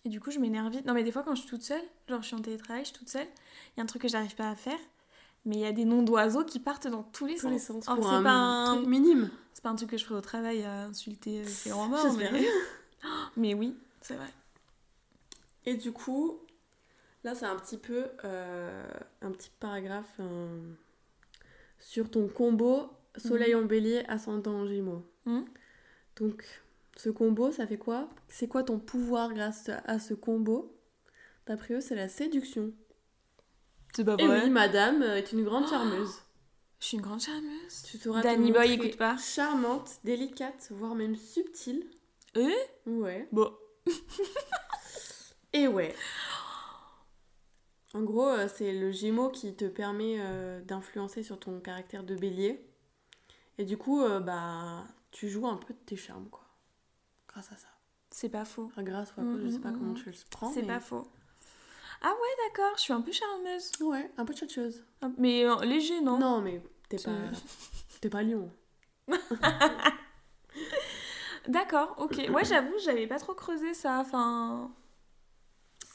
[SPEAKER 1] Et du coup, je m'énerve vite. Non, mais des fois, quand je suis toute seule, genre je suis en télétravail, je suis toute seule, il y a un truc que j'arrive pas à faire, mais il y a des noms d'oiseaux qui partent dans tous les
[SPEAKER 2] Tous
[SPEAKER 1] sens.
[SPEAKER 2] les sens
[SPEAKER 1] Or,
[SPEAKER 2] pour
[SPEAKER 1] c'est
[SPEAKER 2] un,
[SPEAKER 1] pas un-
[SPEAKER 2] truc minime.
[SPEAKER 1] C'est pas un truc que je ferais au travail, à insulter euh, ses grands
[SPEAKER 2] J'espère.
[SPEAKER 1] mais... Oh, mais oui, c'est vrai.
[SPEAKER 2] Et du coup, là, c'est un petit peu euh, un petit paragraphe euh, sur ton combo Soleil en Bélier, ascendant en Gémeaux.
[SPEAKER 1] Mhm.
[SPEAKER 2] Donc, ce combo, ça fait quoi C'est quoi ton pouvoir grâce à ce combo D'après eux, c'est la séduction.
[SPEAKER 1] C'est pas
[SPEAKER 2] Et oui, madame est une grande charmeuse.
[SPEAKER 1] Je suis une grande charmeuse.
[SPEAKER 2] Tu sauras te
[SPEAKER 1] Danny Boy,
[SPEAKER 2] montrer
[SPEAKER 1] écoute pas.
[SPEAKER 2] Charmante, délicate, voire même subtile.
[SPEAKER 1] Euh
[SPEAKER 2] Ouais.
[SPEAKER 1] Bon.
[SPEAKER 2] Et ouais. En gros, euh, c'est le Gémeaux qui te permet euh, d'influencer sur ton caractère de bélier. Et du coup, euh, bah, tu joues un peu de tes charmes, quoi. Grâce à ça.
[SPEAKER 1] C'est pas faux.
[SPEAKER 2] Enfin, grâce ou à cause,
[SPEAKER 1] Mm,
[SPEAKER 2] je sais
[SPEAKER 1] mm,
[SPEAKER 2] pas
[SPEAKER 1] mm,
[SPEAKER 2] comment
[SPEAKER 1] mm.
[SPEAKER 2] tu le prends.
[SPEAKER 1] C'est
[SPEAKER 2] mais-
[SPEAKER 1] pas faux. Ah ouais, d'accord, je suis un peu charmeuse.
[SPEAKER 2] Ouais, un peu de chose.
[SPEAKER 1] Un- Mais euh, léger, non
[SPEAKER 2] Non, mais t'es
[SPEAKER 1] C'est-
[SPEAKER 2] pas... T'es pas lion.
[SPEAKER 1] D'accord, ok. Ouais, j'avoue, j'avais pas trop creusé ça. Enfin.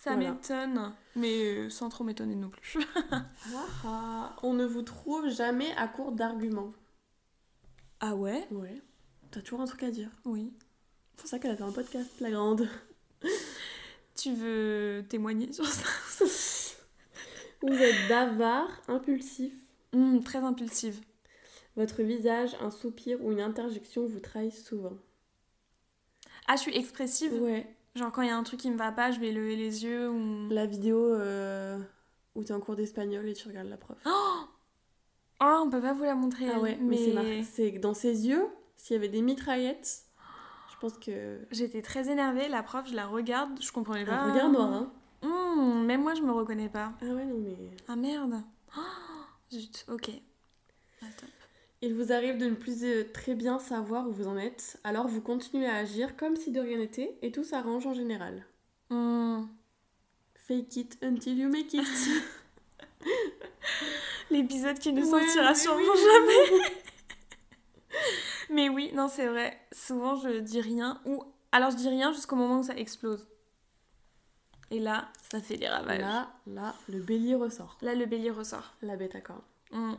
[SPEAKER 1] Ça
[SPEAKER 2] Voilà.
[SPEAKER 1] m'étonne, mais euh, sans trop m'étonner non plus.
[SPEAKER 2] On ne vous trouve jamais à court d'arguments.
[SPEAKER 1] Ah ouais
[SPEAKER 2] Ouais. T'as toujours un truc à dire.
[SPEAKER 1] Oui.
[SPEAKER 2] C'est pour ça qu'elle a fait un podcast, la grande.
[SPEAKER 1] Tu veux témoigner sur ça
[SPEAKER 2] Vous êtes bavard, impulsif.
[SPEAKER 1] Hum, Très impulsive.
[SPEAKER 2] Votre visage, un soupir ou une interjection vous trahissent souvent.
[SPEAKER 1] Ah, je suis expressive.
[SPEAKER 2] Ouais.
[SPEAKER 1] Genre, quand il y a un truc qui me va pas, je vais lever les yeux ou.
[SPEAKER 2] La vidéo euh, où t'es en cours d'espagnol et tu regardes la prof. Ah
[SPEAKER 1] Ah, on peut pas vous la montrer. elle,
[SPEAKER 2] ouais, mais, c'est marqué. C'est que dans ses yeux, s'il y avait des mitraillettes, je pense que.
[SPEAKER 1] J'étais très énervée, la prof, je la regarde, je comprenais pas.
[SPEAKER 2] Un regard noir, hein.
[SPEAKER 1] Hum, même moi, je me reconnais pas.
[SPEAKER 2] Ah ouais, non mais.
[SPEAKER 1] Ah merde Ah, Zut, ok. Attends.
[SPEAKER 2] Il vous arrive de ne plus euh, très bien savoir où vous en êtes, alors vous continuez à agir comme si de rien n'était et tout s'arrange en général.
[SPEAKER 1] Hmm.
[SPEAKER 2] Fake it until you make it.
[SPEAKER 1] L'épisode qui ne
[SPEAKER 2] Ouais,
[SPEAKER 1] sortira
[SPEAKER 2] ouais,
[SPEAKER 1] sûrement
[SPEAKER 2] oui.
[SPEAKER 1] jamais. Mais oui, non, c'est vrai. Souvent, je dis rien ou. Alors, je dis rien jusqu'au moment où ça explose. Et là, ça fait des ravages. Là,
[SPEAKER 2] Là, là, le bélier ressort.
[SPEAKER 1] le bélier ressort.
[SPEAKER 2] La bête à cornes.
[SPEAKER 1] Hmm.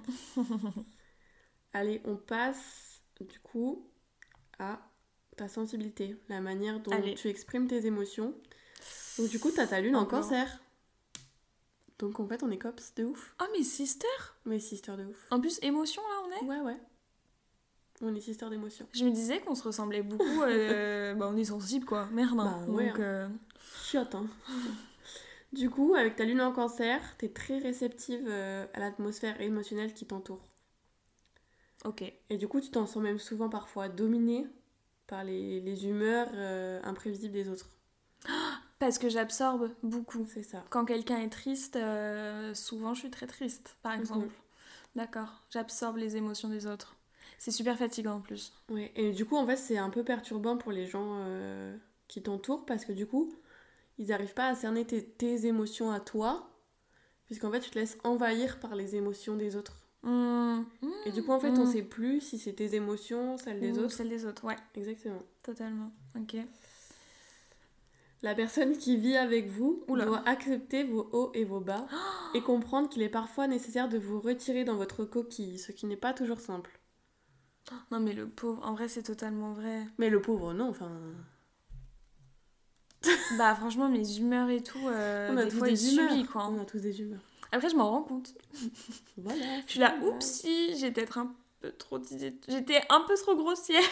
[SPEAKER 2] Allez, on passe du coup à ta sensibilité, la manière dont
[SPEAKER 1] Allez.
[SPEAKER 2] tu exprimes tes émotions. Donc du coup, t'as ta lune en
[SPEAKER 1] Encore.
[SPEAKER 2] cancer. Donc en fait, on est cops de ouf.
[SPEAKER 1] Oh, mais sister
[SPEAKER 2] Mais sister de ouf.
[SPEAKER 1] En plus, émotion, là, on est
[SPEAKER 2] Ouais, ouais. On est sister d'émotion.
[SPEAKER 1] Je me disais qu'on se ressemblait beaucoup. euh, bah, on est sensible, quoi. Merde. hein.
[SPEAKER 2] Bah, ouais,
[SPEAKER 1] Donc,
[SPEAKER 2] hein.
[SPEAKER 1] euh,
[SPEAKER 2] Chiotte, hein. Du coup, avec ta lune en cancer, t'es très réceptive euh, à l'atmosphère émotionnelle qui t'entoure.
[SPEAKER 1] Ok.
[SPEAKER 2] Et du coup, tu t'en sens même souvent parfois dominée par les, les humeurs euh, imprévisibles des autres.
[SPEAKER 1] Parce que j'absorbe beaucoup.
[SPEAKER 2] C'est ça.
[SPEAKER 1] Quand quelqu'un est triste, euh, souvent je suis très triste,
[SPEAKER 2] Mhm.
[SPEAKER 1] par exemple. D'accord. J'absorbe les émotions des autres. C'est super fatigant en plus.
[SPEAKER 2] Ouais. Et du coup, en fait, c'est un peu perturbant pour les gens euh, qui t'entourent parce que du coup, ils n'arrivent pas à cerner tes, tes émotions à toi, puisqu'en fait, tu te laisses envahir par les émotions des autres.
[SPEAKER 1] Mmh.
[SPEAKER 2] Et du coup, en fait, on
[SPEAKER 1] Mmh.
[SPEAKER 2] sait plus si c'est tes émotions, celles des
[SPEAKER 1] Ou
[SPEAKER 2] autres.
[SPEAKER 1] Celles Mmh, des autres, ouais,
[SPEAKER 2] Exactement.
[SPEAKER 1] totalement. Ok.
[SPEAKER 2] La personne qui vit avec vous
[SPEAKER 1] Oula.
[SPEAKER 2] doit accepter vos hauts et vos bas et comprendre qu'il est parfois nécessaire de vous retirer dans votre coquille, ce qui n'est pas toujours simple.
[SPEAKER 1] Non mais le pauvre, en vrai c'est totalement vrai.
[SPEAKER 2] Mais le pauvre, non, enfin.
[SPEAKER 1] bah franchement mes humeurs et tout, euh,
[SPEAKER 2] on a
[SPEAKER 1] des
[SPEAKER 2] tous
[SPEAKER 1] fois
[SPEAKER 2] des
[SPEAKER 1] il
[SPEAKER 2] humeurs.
[SPEAKER 1] subit quoi.
[SPEAKER 2] On a tous des humeurs.
[SPEAKER 1] Après je m'en rends compte.
[SPEAKER 2] Voilà.
[SPEAKER 1] Je suis là,
[SPEAKER 2] Voilà.
[SPEAKER 1] oupsie, j'ai peut-être un peu trop d'idées. J'étais un peu trop grossière.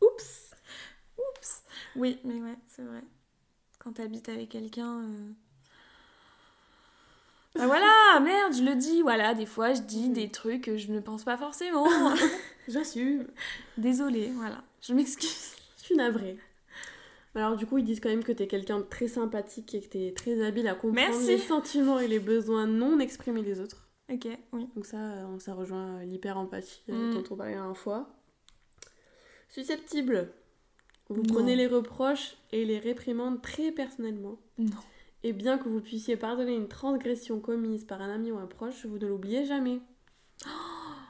[SPEAKER 2] Oups
[SPEAKER 1] Oups. Oui, mais ouais, c'est vrai. Quand t'habites avec quelqu'un. euh, bah voilà, merde, je le dis. Voilà, des fois je dis
[SPEAKER 2] Mm.
[SPEAKER 1] des trucs que je ne pense pas forcément.
[SPEAKER 2] J'assume.
[SPEAKER 1] Désolée, voilà. Je m'excuse.
[SPEAKER 2] Je suis navrée. Alors du coup, ils disent quand même que t'es quelqu'un de très sympathique et que t'es très habile à comprendre
[SPEAKER 1] Merci.
[SPEAKER 2] les sentiments et les besoins non exprimés des autres.
[SPEAKER 1] Ok, oui.
[SPEAKER 2] Donc ça, euh, ça rejoint euh, l'hyper-empathie euh,
[SPEAKER 1] Mm.
[SPEAKER 2] dont on parlait la dernière fois. Susceptible. Vous
[SPEAKER 1] Non.
[SPEAKER 2] prenez les reproches et les réprimandes très personnellement.
[SPEAKER 1] Non.
[SPEAKER 2] Et bien que vous puissiez pardonner une transgression commise par un ami ou un proche, vous ne l'oubliez jamais.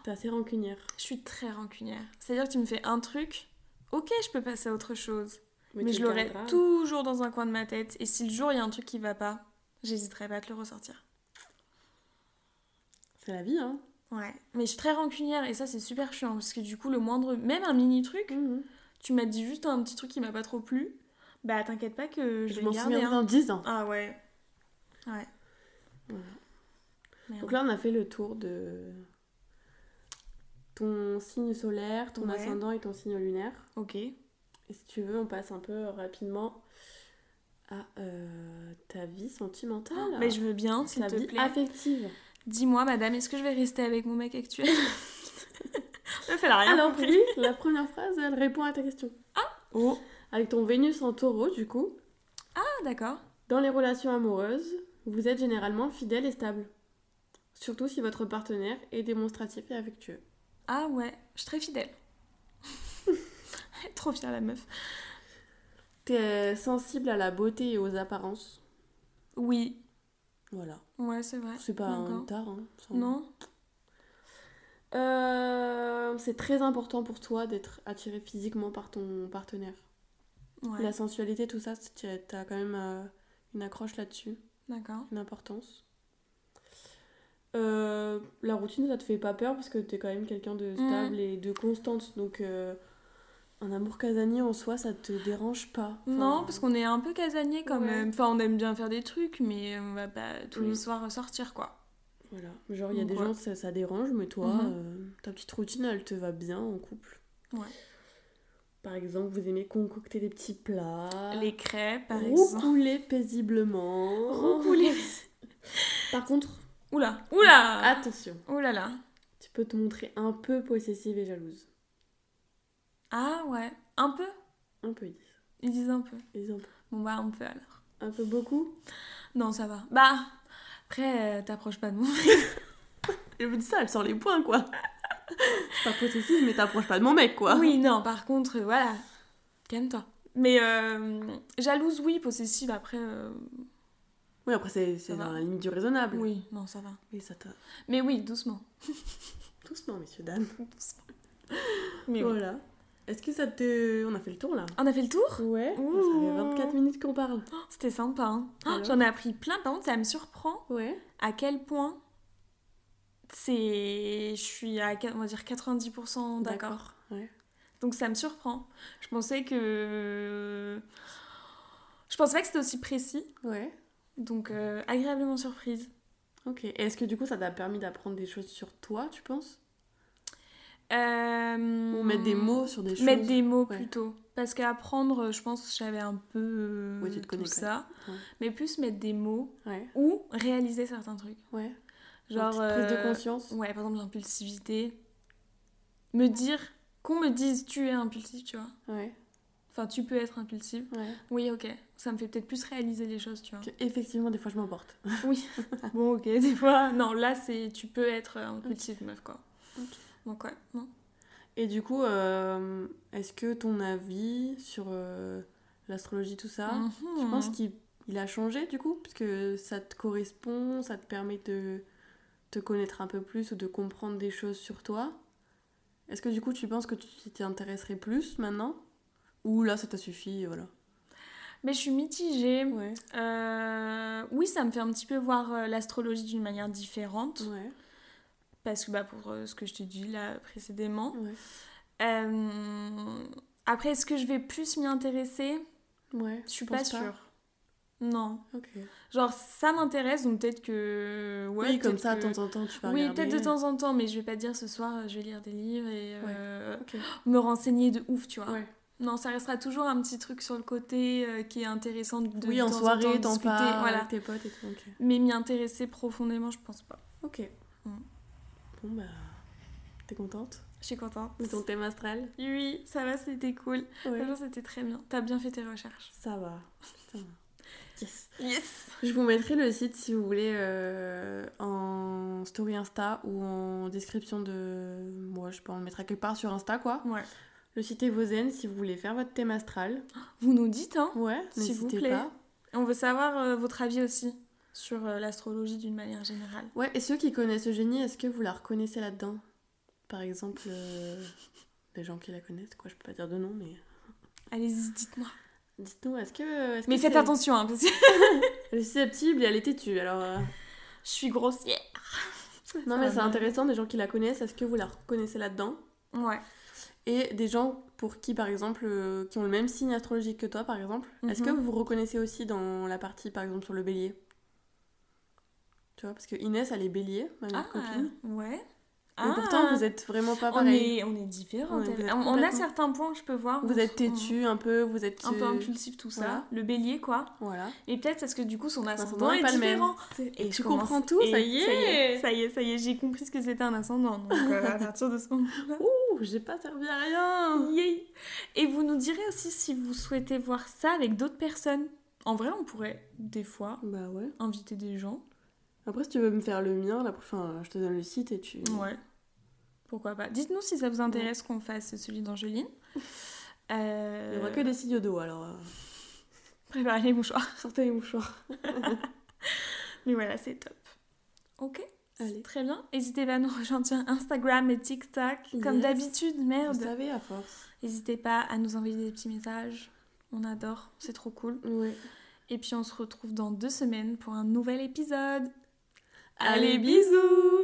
[SPEAKER 2] T'es assez rancunière.
[SPEAKER 1] Je suis très rancunière. C'est-à-dire que tu me fais un truc, ok, je peux passer à autre chose. Mais,
[SPEAKER 2] tu
[SPEAKER 1] je
[SPEAKER 2] le
[SPEAKER 1] l'aurai
[SPEAKER 2] garderas.
[SPEAKER 1] toujours dans un coin de ma tête. Et si le jour il y a un truc qui va pas, j'hésiterai pas à te le ressortir.
[SPEAKER 2] C'est la vie, hein.
[SPEAKER 1] Ouais. Mais je suis très rancunière et ça c'est super chiant parce que du coup le moindre, même un mini
[SPEAKER 2] Mm.
[SPEAKER 1] truc, tu m'as dit juste un petit truc qui m'a pas trop plu, bah t'inquiète pas que je,
[SPEAKER 2] Je
[SPEAKER 1] vais le
[SPEAKER 2] m'en
[SPEAKER 1] garder.
[SPEAKER 2] souviendrai
[SPEAKER 1] hein.
[SPEAKER 2] dans 10 ans.
[SPEAKER 1] Ah ouais. Ouais.
[SPEAKER 2] Voilà.
[SPEAKER 1] Merde.
[SPEAKER 2] Donc là, on a fait le tour de ton signe solaire, ton
[SPEAKER 1] Ouais.
[SPEAKER 2] ascendant et ton signe lunaire.
[SPEAKER 1] Ok.
[SPEAKER 2] Et si tu veux, on passe un peu rapidement à euh, ta vie sentimentale.
[SPEAKER 1] Mais je veux bien, s'il
[SPEAKER 2] ta
[SPEAKER 1] te
[SPEAKER 2] vie
[SPEAKER 1] plaît.
[SPEAKER 2] affective.
[SPEAKER 1] Dis-moi, madame, est-ce que je vais rester avec mon mec actuel Meuf, elle a rien
[SPEAKER 2] Alors
[SPEAKER 1] compris.
[SPEAKER 2] oui, la première phrase, elle répond à ta question.
[SPEAKER 1] Oh.
[SPEAKER 2] Avec ton Vénus en taureau, du coup,
[SPEAKER 1] Ah, d'accord.
[SPEAKER 2] dans les relations amoureuses, vous êtes généralement fidèle et stable. Surtout si votre partenaire est démonstratif et affectueux.
[SPEAKER 1] Ah ouais, je suis très fidèle. Trop fière la meuf.
[SPEAKER 2] T'es sensible à la beauté et aux apparences.
[SPEAKER 1] Oui,
[SPEAKER 2] Voilà.
[SPEAKER 1] ouais, c'est vrai.
[SPEAKER 2] C'est pas un
[SPEAKER 1] D'accord.
[SPEAKER 2] tard, hein. ça-
[SPEAKER 1] Non
[SPEAKER 2] Euh, c'est très important pour toi d'être attiré physiquement par ton partenaire.
[SPEAKER 1] Ouais,
[SPEAKER 2] La sensualité, tout ça, c'est- t'as- t'as quand même euh, une accroche là-dessus,
[SPEAKER 1] d'accord.
[SPEAKER 2] une importance. Euh, la routine, ça te fait pas peur parce que t'es quand même quelqu'un de stable et de constante. Donc, euh, un amour casanier en soi, ça te dérange pas. Enfin,
[SPEAKER 1] Non, parce qu'on est un peu casanier quand
[SPEAKER 2] Ouais.
[SPEAKER 1] même. Enfin, on aime bien faire des trucs, mais on va pas tous
[SPEAKER 2] Mm.
[SPEAKER 1] les soirs sortir, quoi.
[SPEAKER 2] Voilà. Genre, il y a des
[SPEAKER 1] Ouais.
[SPEAKER 2] gens, ça, ça dérange, mais toi,
[SPEAKER 1] Mhm.
[SPEAKER 2] euh, ta petite routine, elle te va bien en couple.
[SPEAKER 1] Ouais.
[SPEAKER 2] Par exemple, vous aimez concocter des petits plats.
[SPEAKER 1] Les crêpes, par exemple.
[SPEAKER 2] Roucouler paisiblement.
[SPEAKER 1] Roucouler.
[SPEAKER 2] Par contre,
[SPEAKER 1] Oula Oula
[SPEAKER 2] attention,
[SPEAKER 1] Oula là
[SPEAKER 2] tu peux te montrer un peu possessive et jalouse.
[SPEAKER 1] Ah ouais, un peu
[SPEAKER 2] Un peu, ils disent.
[SPEAKER 1] Ils disent un peu.
[SPEAKER 2] Ils disent un peu.
[SPEAKER 1] Bon bah, un peu alors.
[SPEAKER 2] Un peu beaucoup
[SPEAKER 1] Non, ça va. Bah, après, euh, t'approches pas de mon mec.
[SPEAKER 2] Elle me dit ça, elle sort les points, quoi. pas possessive, mais t'approches pas de mon mec, quoi.
[SPEAKER 1] Oui, non, par contre, euh, voilà. Calme-toi. Mais euh, jalouse, oui, possessive, après. euh,
[SPEAKER 2] Oui, après, c'est c'est
[SPEAKER 1] Ça va.
[SPEAKER 2] dans la limite du raisonnable.
[SPEAKER 1] Oui, non, ça va.
[SPEAKER 2] Mais ça t'a.
[SPEAKER 1] Mais oui, doucement.
[SPEAKER 2] Doucement, messieurs, dames.
[SPEAKER 1] Doucement. Mais oui.
[SPEAKER 2] Voilà. Est-ce que ça te. On a fait le tour, là
[SPEAKER 1] On a fait le tour
[SPEAKER 2] Ouais.
[SPEAKER 1] Ouh.
[SPEAKER 2] Ça fait 24 minutes qu'on parle.
[SPEAKER 1] C'était sympa, hein. Oh,
[SPEAKER 2] Alors
[SPEAKER 1] J'en ai appris plein. Par contre, ça me surprend
[SPEAKER 2] Ouais.
[SPEAKER 1] à quel point c'est. Je suis à, qua- on va dire, 90% d'accord.
[SPEAKER 2] Ouais.
[SPEAKER 1] Donc ça me surprend. Je pensais que. Je pensais pas que c'était aussi précis.
[SPEAKER 2] Ouais.
[SPEAKER 1] Donc, euh, agréablement surprise.
[SPEAKER 2] Ok. Et Est-ce que du coup, ça t'a permis d'apprendre des choses sur toi, tu penses
[SPEAKER 1] Euh...
[SPEAKER 2] Ou mettre des mots sur des choses
[SPEAKER 1] Hmm. Mettre des mots
[SPEAKER 2] Ouais.
[SPEAKER 1] plutôt. Parce qu'apprendre, je pense, que j'avais un peu euh,
[SPEAKER 2] Ouais, tu te
[SPEAKER 1] tout
[SPEAKER 2] connais, quoi.
[SPEAKER 1] ça.
[SPEAKER 2] Ouais.
[SPEAKER 1] Mais plus mettre des mots
[SPEAKER 2] Ouais.
[SPEAKER 1] ou réaliser certains trucs.
[SPEAKER 2] Ouais.
[SPEAKER 1] Genre,
[SPEAKER 2] Une petite prise de
[SPEAKER 1] euh,
[SPEAKER 2] conscience.
[SPEAKER 1] Ouais, par exemple, l'impulsivité. Me dire, qu'on me dise tu es impulsif, tu vois.
[SPEAKER 2] Ouais.
[SPEAKER 1] Enfin, tu peux être impulsif.
[SPEAKER 2] ouais.
[SPEAKER 1] Oui, ok. Ça me fait peut-être plus réaliser les choses, tu vois.
[SPEAKER 2] Que, effectivement, des fois, je m'emporte.
[SPEAKER 1] Oui. bon, ok, des fois. Non, là, c'est tu peux être euh, impulsif, meuf, quoi.
[SPEAKER 2] Ok.
[SPEAKER 1] Donc, ouais, non.
[SPEAKER 2] Et du coup, euh, est-ce que ton avis sur euh, l'astrologie, tout ça, Ah, tu
[SPEAKER 1] Mhm.
[SPEAKER 2] penses qu'il il a changé du coup Parce que ça te correspond, ça te permet de te connaître un peu plus ou de comprendre des choses sur toi. Est-ce que du coup, tu penses que tu t'y intéresserais plus maintenant Ou là, ça t'a suffi, et voilà.
[SPEAKER 1] Mais je suis mitigée.
[SPEAKER 2] Ouais.
[SPEAKER 1] Euh, oui, ça me fait un petit peu voir euh, l'astrologie d'une manière différente.
[SPEAKER 2] Ouais.
[SPEAKER 1] Parce que, bah, pour euh, ce que je t'ai dit là précédemment.
[SPEAKER 2] Ouais.
[SPEAKER 1] Euh, Après, est-ce que je vais plus m'y intéresser
[SPEAKER 2] Ouais.
[SPEAKER 1] Je suis
[SPEAKER 2] pense
[SPEAKER 1] pas sûre. Non.
[SPEAKER 2] Ok.
[SPEAKER 1] Genre, ça m'intéresse, donc peut-être que. Ouais,
[SPEAKER 2] oui, comme
[SPEAKER 1] peut-être
[SPEAKER 2] ça,
[SPEAKER 1] que-
[SPEAKER 2] de temps en temps, tu vas
[SPEAKER 1] Oui,
[SPEAKER 2] regarder.
[SPEAKER 1] peut-être de temps en temps, mais je vais pas te dire ce soir, euh, je vais lire des livres et euh,
[SPEAKER 2] Ok.
[SPEAKER 1] me renseigner de ouf, tu vois.
[SPEAKER 2] Ouais.
[SPEAKER 1] Non, ça restera toujours un petit truc sur le côté euh, qui est intéressant de de
[SPEAKER 2] oui, en
[SPEAKER 1] temps
[SPEAKER 2] soirée,
[SPEAKER 1] temps
[SPEAKER 2] t'en
[SPEAKER 1] discuter,
[SPEAKER 2] parles
[SPEAKER 1] voilà.
[SPEAKER 2] avec tes potes et tout. Ok.
[SPEAKER 1] Mais m'y intéresser profondément, je pense pas.
[SPEAKER 2] Ok.
[SPEAKER 1] Mm.
[SPEAKER 2] Bon, bah. T'es contente
[SPEAKER 1] Je suis contente.
[SPEAKER 2] de ton thème astral
[SPEAKER 1] Oui, ça va, c'était cool. Franchement, c'était très bien. T'as bien fait tes recherches.
[SPEAKER 2] Ça va. Putain. Yes.
[SPEAKER 1] Yes
[SPEAKER 2] Je vous mettrai le site si vous voulez euh, en story Insta ou en description de. Moi, je sais pas, on le mettra quelque part sur Insta quoi.
[SPEAKER 1] Ouais.
[SPEAKER 2] Le site est Vozen si vous voulez faire votre thème astral.
[SPEAKER 1] Vous nous dites, hein
[SPEAKER 2] Ouais,
[SPEAKER 1] S'il vous
[SPEAKER 2] n'hésitez
[SPEAKER 1] plaît.
[SPEAKER 2] pas.
[SPEAKER 1] On veut savoir euh, votre avis aussi sur euh, l'astrologie d'une manière générale.
[SPEAKER 2] Ouais, et ceux qui connaissent Eugénie, est-ce que vous la reconnaissez là-dedans Par exemple, euh, des gens qui la connaissent, quoi, je peux pas dire de nom, mais.
[SPEAKER 1] Allez-y, dites-moi.
[SPEAKER 2] Dites-nous, est-ce que. est-ce que
[SPEAKER 1] Mais faites
[SPEAKER 2] c'est-
[SPEAKER 1] attention, hein, parce que
[SPEAKER 2] Elle est susceptible et elle est têtue, alors. euh,
[SPEAKER 1] je suis grossière.
[SPEAKER 2] Non, mais
[SPEAKER 1] va
[SPEAKER 2] c'est
[SPEAKER 1] bien.
[SPEAKER 2] intéressant, des gens qui la connaissent, est-ce que vous la reconnaissez là-dedans
[SPEAKER 1] Ouais.
[SPEAKER 2] Et des gens pour qui, par exemple, euh, qui ont le même signe astrologique que toi, par exemple, est-ce que
[SPEAKER 1] Mhm.
[SPEAKER 2] vous vous reconnaissez aussi dans la partie, par exemple, sur le bélier Tu vois, parce que Inès, elle est bélier, ma meilleure copine.
[SPEAKER 1] Ah, ouais. Ah,
[SPEAKER 2] Mais pourtant, vous êtes vraiment pas
[SPEAKER 1] on
[SPEAKER 2] pareil.
[SPEAKER 1] est, on est différentes.
[SPEAKER 2] Ouais, vous êtes
[SPEAKER 1] on, on a
[SPEAKER 2] complètement-
[SPEAKER 1] certains points, je peux voir.
[SPEAKER 2] Vous
[SPEAKER 1] où
[SPEAKER 2] êtes
[SPEAKER 1] on-
[SPEAKER 2] têtu un peu, vous êtes.
[SPEAKER 1] Un peu
[SPEAKER 2] euh,
[SPEAKER 1] impulsif, tout ça.
[SPEAKER 2] Voilà.
[SPEAKER 1] Le bélier, quoi.
[SPEAKER 2] Voilà.
[SPEAKER 1] Mais peut-être parce que du coup, son ascendant
[SPEAKER 2] ascendant
[SPEAKER 1] est,
[SPEAKER 2] est pas le même.
[SPEAKER 1] différent.
[SPEAKER 2] Et
[SPEAKER 1] je
[SPEAKER 2] tu
[SPEAKER 1] commence-
[SPEAKER 2] comprends tout, ça
[SPEAKER 1] et
[SPEAKER 2] y est.
[SPEAKER 1] Ça y est, ça y est, ça y est, j'ai compris ce que c'était un ascendant. Donc, euh, à partir de ce moment-là.
[SPEAKER 2] Ouh, j'ai pas servi à rien
[SPEAKER 1] Yay. Et vous nous direz aussi si vous souhaitez voir ça avec d'autres personnes. En vrai, on pourrait, des fois,
[SPEAKER 2] Bah ouais.
[SPEAKER 1] inviter des gens.
[SPEAKER 2] Après, si tu veux me faire le mien, là, enfin, je te donne le site et tu.
[SPEAKER 1] Ouais. Pourquoi pas. Dites-nous si ça vous intéresse qu'on fasse celui d'Angeline.
[SPEAKER 2] Il y
[SPEAKER 1] Euh,
[SPEAKER 2] aura que des signes d'eau, alors. euh,
[SPEAKER 1] Préparez les mouchoirs.
[SPEAKER 2] Sortez les mouchoirs.
[SPEAKER 1] Mais voilà, c'est top. Ok.
[SPEAKER 2] Allez.
[SPEAKER 1] Très bien. N'hésitez pas à nous rejoindre sur Instagram et TikTok. Comme
[SPEAKER 2] Yes.
[SPEAKER 1] d'habitude,
[SPEAKER 2] Vous
[SPEAKER 1] merde.
[SPEAKER 2] savez, à force.
[SPEAKER 1] N'hésitez pas à nous envoyer des petits messages. On adore. C'est trop cool.
[SPEAKER 2] Ouais.
[SPEAKER 1] Et puis on se retrouve dans deux semaines pour un nouvel épisode.
[SPEAKER 2] Allez, bisous